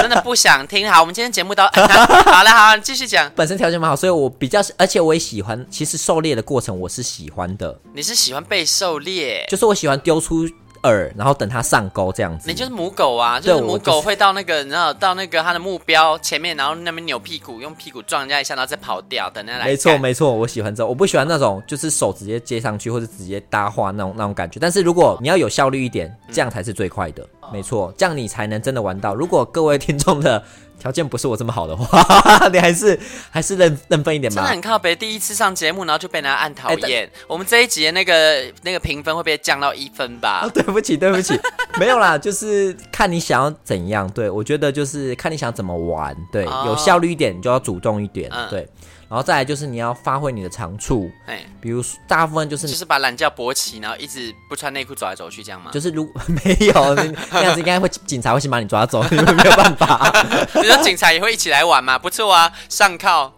Speaker 1: 真的不想听。好，我们今天节目到， 好了，好，你继续讲。
Speaker 3: 本身条件蛮好，所以我比较，而且我也喜欢。其实狩猎的过程我是喜欢的，
Speaker 1: 你是喜欢被狩猎，
Speaker 3: 就是我喜欢丢出饵，然后等它上钩这样子
Speaker 1: 你。就是母狗啊，
Speaker 3: 对
Speaker 1: 就是母
Speaker 3: 我就
Speaker 1: 狗
Speaker 3: 是
Speaker 1: 会到那个，你知道，到那个它的目标前面，然后那边扭屁股，用屁股撞人家一下，然后再跑掉，等人家来干。
Speaker 3: 没错，没错，我喜欢这种，我不喜欢那种就是手直接接上去或者直接搭话那种那种感觉。但是如果你要有效率一点，
Speaker 1: 嗯
Speaker 3: 这样才是最快的。
Speaker 1: 哦
Speaker 3: 没错，这样你才能真的玩到。如果各位听众的条件不是我这么好的话， 你还是还是认认分一点
Speaker 1: 真的
Speaker 3: 吧
Speaker 1: 很。靠北，第一次上节目，然后就被人家按讨
Speaker 3: 哎但
Speaker 1: 厌。我们这一集的那个那个评分会不会降到一分吧？
Speaker 3: 啊，对不起，对不起，没有啦，就是看你想要怎样。对我觉得就是看你想怎么玩，对，
Speaker 1: 哦
Speaker 3: 有效率一点你就要主动一点，
Speaker 1: 嗯
Speaker 3: 对。然后再来就是你要发挥你的长处，
Speaker 1: 哎、
Speaker 3: 比如说大部分就是
Speaker 1: 就
Speaker 3: 你。
Speaker 1: 是把懒觉勃起，然后一直不穿内裤走来走去这样吗？
Speaker 3: 就是如 没有你那样子，应该会警察会先把你抓走，你们没有办法
Speaker 1: 你说警察也会一起来玩嘛？不错啊，上铐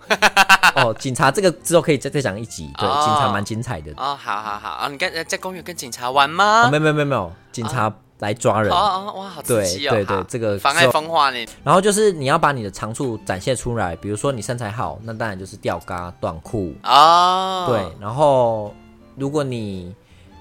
Speaker 3: 哦。警察这个之后可以再再讲一集，对，
Speaker 1: 哦
Speaker 3: 警察蛮精彩的。
Speaker 1: 哦，好好好啊！你跟在公园跟警察玩
Speaker 3: 哦，
Speaker 1: 吗？
Speaker 3: 没有没有没有没有，警察来抓人
Speaker 1: 哦，哦哇，好刺激哦！
Speaker 3: 对对对
Speaker 1: 好
Speaker 3: 这个
Speaker 1: 妨碍
Speaker 3: 之后
Speaker 1: 风化呢？
Speaker 3: 然后就是你要把你的长处展现出来，比如说你身材好，那当然就是吊嘎、短裤，
Speaker 1: 哦，
Speaker 3: 对，然后如果你，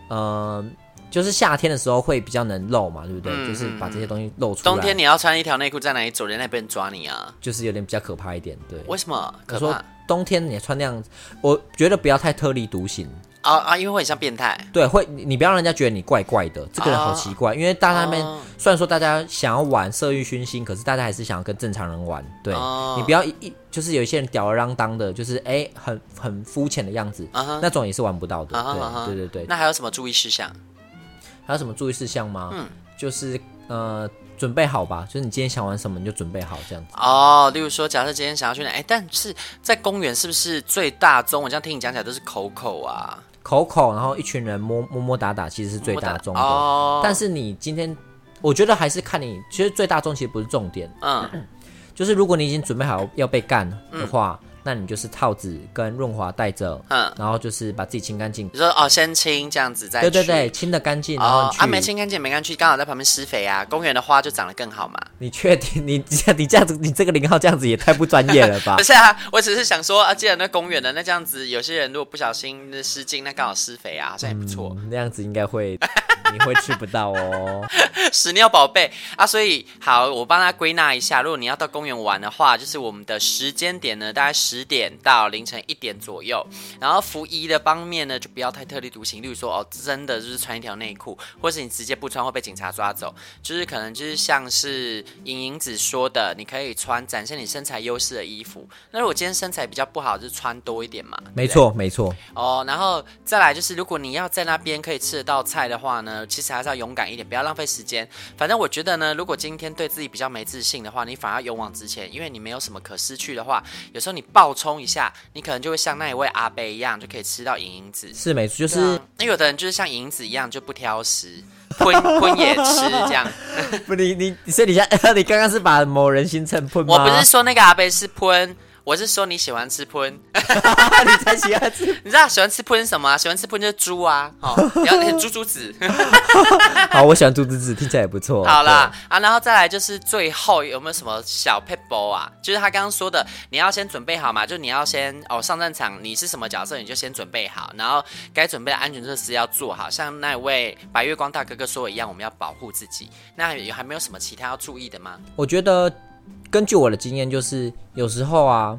Speaker 3: 呃，就是夏天的时候会比较能露嘛，对不对？
Speaker 1: 嗯
Speaker 3: 就是把这些东西露出来，
Speaker 1: 冬天你要穿一条内裤在哪里走，人家也不能抓你啊？
Speaker 3: 就是有点比较可怕一点，对。
Speaker 1: 为什么？
Speaker 3: 我
Speaker 1: 可怕
Speaker 3: 说冬天你穿那样，我觉得不要太特立独行，
Speaker 1: 啊啊！因为会很像变态。
Speaker 3: 对，会你你不要让人家觉得你怪怪的，这个人好奇怪，因为大家们、
Speaker 1: 哦
Speaker 3: 虽然说大家想要玩色欲熏心，可是大家还是想要跟正常人玩，对、
Speaker 1: 哦
Speaker 3: 你不要一一就是有一些人吊儿郎当的，就是哎很很肤浅的样子
Speaker 1: 啊哈
Speaker 3: 那种也是玩不到的，
Speaker 1: 啊哈啊哈
Speaker 3: 对对对对。
Speaker 1: 那还有什么注意事项？
Speaker 3: 还有什么注意事项吗？
Speaker 1: 嗯
Speaker 3: 就是呃，准备好吧，就是你今天想玩什么你就准备好这样子。
Speaker 1: 哦，例如说，假设今天想要去哪，哎，但是在公园是不是最大宗？我这样听你讲起来都是口口啊，
Speaker 3: 口口，然后一群人摸摸摸打打，其实是最大宗的。
Speaker 1: 哦。
Speaker 3: 但是你今天，我觉得还是看你，其实最大宗其实不是重点，
Speaker 1: 嗯，
Speaker 3: 就是如果你已经准备好要被干的话，那你就是套子跟润滑带着，
Speaker 1: 嗯
Speaker 3: 然后就是把自己清干净
Speaker 1: 你。说哦，先清这样子再
Speaker 3: 对对
Speaker 1: 去
Speaker 3: 对，清的干净，然后
Speaker 1: 哦
Speaker 3: 你去。
Speaker 1: 啊，没清干净没干净，刚好在旁边施肥啊，公园的花就长得更好嘛。
Speaker 3: 你确定你这你这样子，你这个零号这样子也太不专业了吧
Speaker 1: 不？是啊，我只是想说啊，既然那公园的那这样子，有些人如果不小心那失禁，那刚好施肥啊，好像也不错。
Speaker 3: 嗯那样子应 该会，你会吃不到哦。
Speaker 1: 屎尿宝贝啊，所以好，我帮他归纳一下，如果你要到公园玩的话，就是我们的时间点呢，大概十点到凌晨一点左右。然后服仪的方面呢，就不要太特立独行，例如说哦，真的就是穿一条内裤，或是你直接不穿会被警察抓走。就是可能就是像是莹莹子说的，你可以穿展现你身材优势的衣服。那如果今天身材比较不好，就穿多一点嘛。
Speaker 3: 没错，没错，
Speaker 1: 哦，然后再来就是，如果你要在那边可以吃得到菜的话呢，其实还是要勇敢一点，不要浪费时间。反正我觉得呢，如果今天对自己比较没自信的话，你反而勇往直前，因为你没有什么可失去的话，有时候你爆冲一下，你可能就会像那一位阿贝一样，就可以吃到银银子。
Speaker 3: 是没错，就是、
Speaker 1: 对啊那有的人就是像银子一样就不挑食，荤荤也吃这样。
Speaker 3: 不你你，所以你现在你刚刚是把某人形成喷吗？
Speaker 1: 我不是说那个阿贝是喷，我是说你喜欢吃喷。
Speaker 3: 你才喜欢吃。
Speaker 1: 你知道喜欢吃喷什么、啊？喜欢吃喷就是猪啊，哦，然后 猪猪子。
Speaker 3: 好，我喜欢猪猪子，听起来也不错。
Speaker 1: 好啦，啊，然后再来就是最后有没有什么小 p e b l 啊？就是他刚刚说的，你要先准备好嘛，就你要先哦上战场，你是什么角色你就先准备好，然后该准备的安全措施要做好，像那位白月光大哥哥说的一样，我们要保护自己。那有还没有什么其他要注意的吗？
Speaker 3: 对，我觉得根据我的经验，就是有时候啊，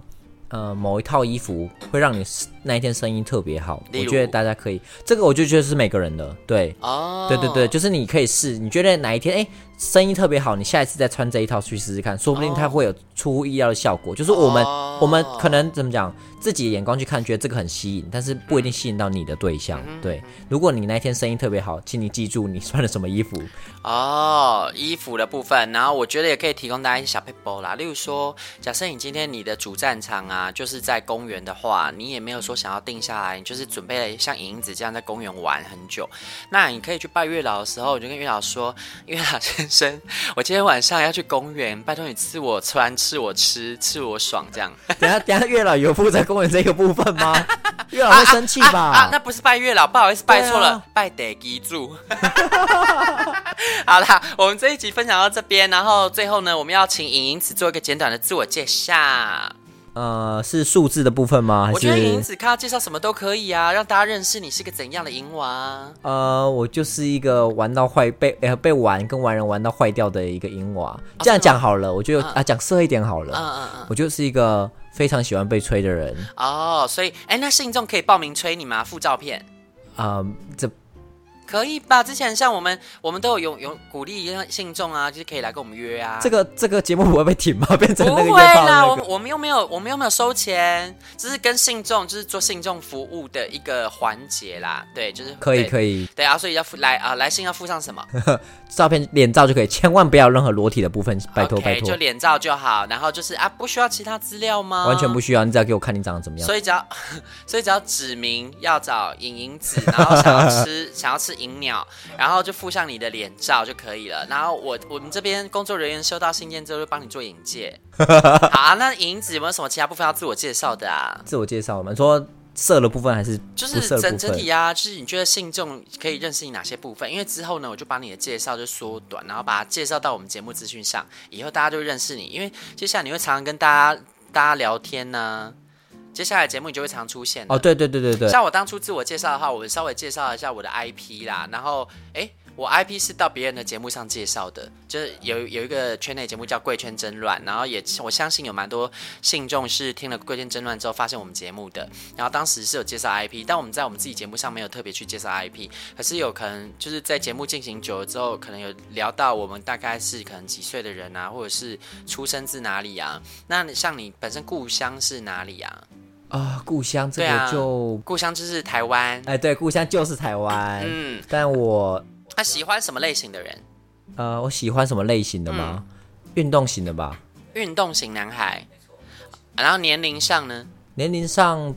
Speaker 3: 呃，某一套衣服会让你那一天生意特别好。
Speaker 1: 例
Speaker 3: 我
Speaker 1: 如
Speaker 3: 觉得大家可以，这个我就觉得是每个人的，对。
Speaker 1: 哦，
Speaker 3: 对对对，，就是你可以试，你觉得哪一天哎生意特别好，你下一次再穿这一套去试试看，说不定它会有出乎意料的效果。就是我们、
Speaker 1: 哦
Speaker 3: 我们可能怎么讲，自己的眼光去看，觉得这个很吸引，但是不一定吸引到你的对象。
Speaker 1: 嗯
Speaker 3: 对，如果你那一天生意特别好，请你记住你穿了什么衣服。
Speaker 1: 哦，衣服的部分，然后我觉得也可以提供大家一些小 p a 啦，例如说，假设你今天你的主战场啊，就是在公园的话，你也没有说想要定下来，你就是准备了像银子这样在公园玩很久，那你可以去拜月老的时候，你就跟月老说，月老先生，我今天晚上要去公园，拜托你赐我穿，赐我吃，赐我爽这样。
Speaker 3: 等一下等一下，月老有负责公园这个部分吗？月老会生气吧？
Speaker 1: 啊，那不是拜月老，不好意思，拜错了，
Speaker 3: 对啊
Speaker 1: 拜得基柱。 好啦，我们这一集分享到这边，然后最后呢，我们要请莹莹子做一个简短的自我介绍。
Speaker 3: 呃，是数字的部分吗？还
Speaker 1: 我觉得莹莹
Speaker 3: 是
Speaker 1: 子看要介绍什么都可以啊，让大家认识你是个怎样的银娃。
Speaker 3: 呃，我就是一个玩到坏被呃被玩跟玩人玩到坏掉的一个银娃。这样讲好了，我就啊讲色一点好了。
Speaker 1: 嗯嗯嗯，
Speaker 3: 我就是一个非常喜欢被吹的人，
Speaker 1: 哦，所以哎，那信众可以报名催你吗？附照片。
Speaker 3: 啊，这
Speaker 1: 可以吧？之前像我们，我们都有有有鼓励信众啊，就是可以来跟我们约啊。
Speaker 3: 这个这个节目不会被停吗？变成
Speaker 1: 不
Speaker 3: 那个
Speaker 1: 会
Speaker 3: 约炮
Speaker 1: 啦，
Speaker 3: 那
Speaker 1: 我们
Speaker 3: 个？
Speaker 1: 我们又没有我们又没有收钱，这是跟信众就是做信众服务的一个环节啦。对，就是
Speaker 3: 可以
Speaker 1: 以。
Speaker 3: 可以，
Speaker 1: 对啊，所以要附来啊、来信要附上什么？
Speaker 3: 照片脸照就可以，千万不要有任何裸体的部分， 拜托
Speaker 1: OK，
Speaker 3: 拜托
Speaker 1: 就，脸照就好。然后就是啊，不需要其他资料吗？
Speaker 3: 完全不。需要，你只要给我看你长得怎么样。
Speaker 1: 所以只要， 所以只要指明要找影影子，然后想要吃 想要吃银鸟，然后就附上你的脸照就可以了。然后我我们这边工作人员收到信件之后，就帮你做引 介。好啊，那影子有没有什么其他部分要自我介绍的啊？
Speaker 3: 自我介绍，我们说色的部分还是
Speaker 1: 就
Speaker 3: 不
Speaker 1: 是
Speaker 3: 色的
Speaker 1: 整
Speaker 3: 部
Speaker 1: 整体
Speaker 3: 分？
Speaker 1: 啊，就是你觉得信众可以认识你哪些部分？因为之后呢，我就把你的介绍就缩短，然后把它介绍到我们节目资讯上，以后大家就会认识你。因为接下来你会常常跟大家大家聊天呢、接下来节目你就会常出现啊的
Speaker 3: 哦，对对对对对，
Speaker 1: 像我当初自我介绍的话，我稍微介绍一下我的 IP 啦，然后诶，我 IP 是到别人的节目上介绍的，就是有有一个圈内节目叫《贵圈争乱》，然后也我相信有蛮多信众是听了《贵圈争乱》之后发现我们节目的，然后当时是有介绍 IP，但我们在我们自己节目上没有特别去介绍 IP，可是有可能就是在节目进行久了之后，可能有聊到我们大概是可能几岁的人啊，或者是出生自哪里啊，那你像你本身故乡是哪里啊？
Speaker 3: 啊，故乡这
Speaker 1: 对啊
Speaker 3: 个就
Speaker 1: 故乡就是台湾。
Speaker 3: 哎对，故乡就是台湾，
Speaker 1: 嗯，
Speaker 3: 但我
Speaker 1: 他喜欢什么类型的人？
Speaker 3: 呃，我喜欢什么类型的吗？
Speaker 1: 嗯
Speaker 3: 运动型的吧，
Speaker 1: 运动型男孩。然后年龄上呢，
Speaker 3: 年龄上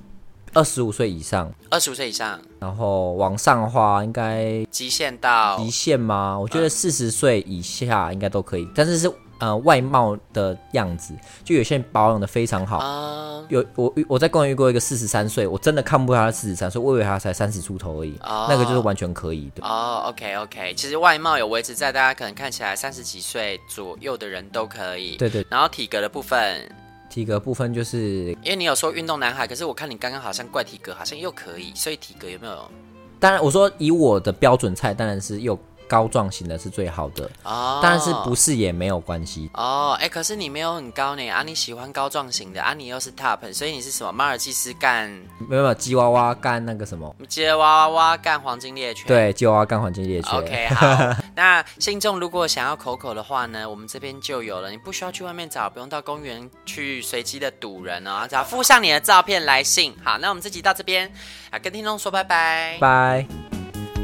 Speaker 3: 二十五岁以上。
Speaker 1: 二十五岁以上，
Speaker 3: 然后往上的话，应该
Speaker 1: 极限到嗯
Speaker 3: 极限吗？我觉得四十岁以下应该都可以，但是是呃外貌的样子，就有些人保养的非常好。
Speaker 1: 啊
Speaker 3: 有我我在公园遇过一个四十三岁，我真的看不出他四十三岁，我以为他才三十出头而已。
Speaker 1: 哦
Speaker 3: 那个就是完全可以的。
Speaker 1: 哦，OK OK，其实外貌有维持在大家可能看起来三十几岁左右的人都可以。
Speaker 3: 对对，
Speaker 1: 然后体格的部分，
Speaker 3: 体格部分就是，
Speaker 1: 因为你有说运动男孩，可是我看你刚刚好像怪体格，好像又可以，所以体格有没有？
Speaker 3: 当然我说以我的标准菜，当然是又高壮型的是最好的，
Speaker 1: 哦，
Speaker 3: 当然是不是也没有关系。
Speaker 1: 哦，哎、可是你没有很高呢啊！你喜欢高壮型的啊，你又是 top，所以你是什么马尔济斯干
Speaker 3: 没有没有，吉娃娃干那个什么，
Speaker 1: 接娃娃娃干黄金猎犬？
Speaker 3: 对，吉娃娃干黄金猎犬。
Speaker 1: OK，好。 那信众如果想要口口的话呢，我们这边就有了，你不需要去外面找，不用到公园去随机的堵人哦，只要附上你的照片来信。好，那我们这集到这边啊，跟听众说拜拜。
Speaker 3: 拜。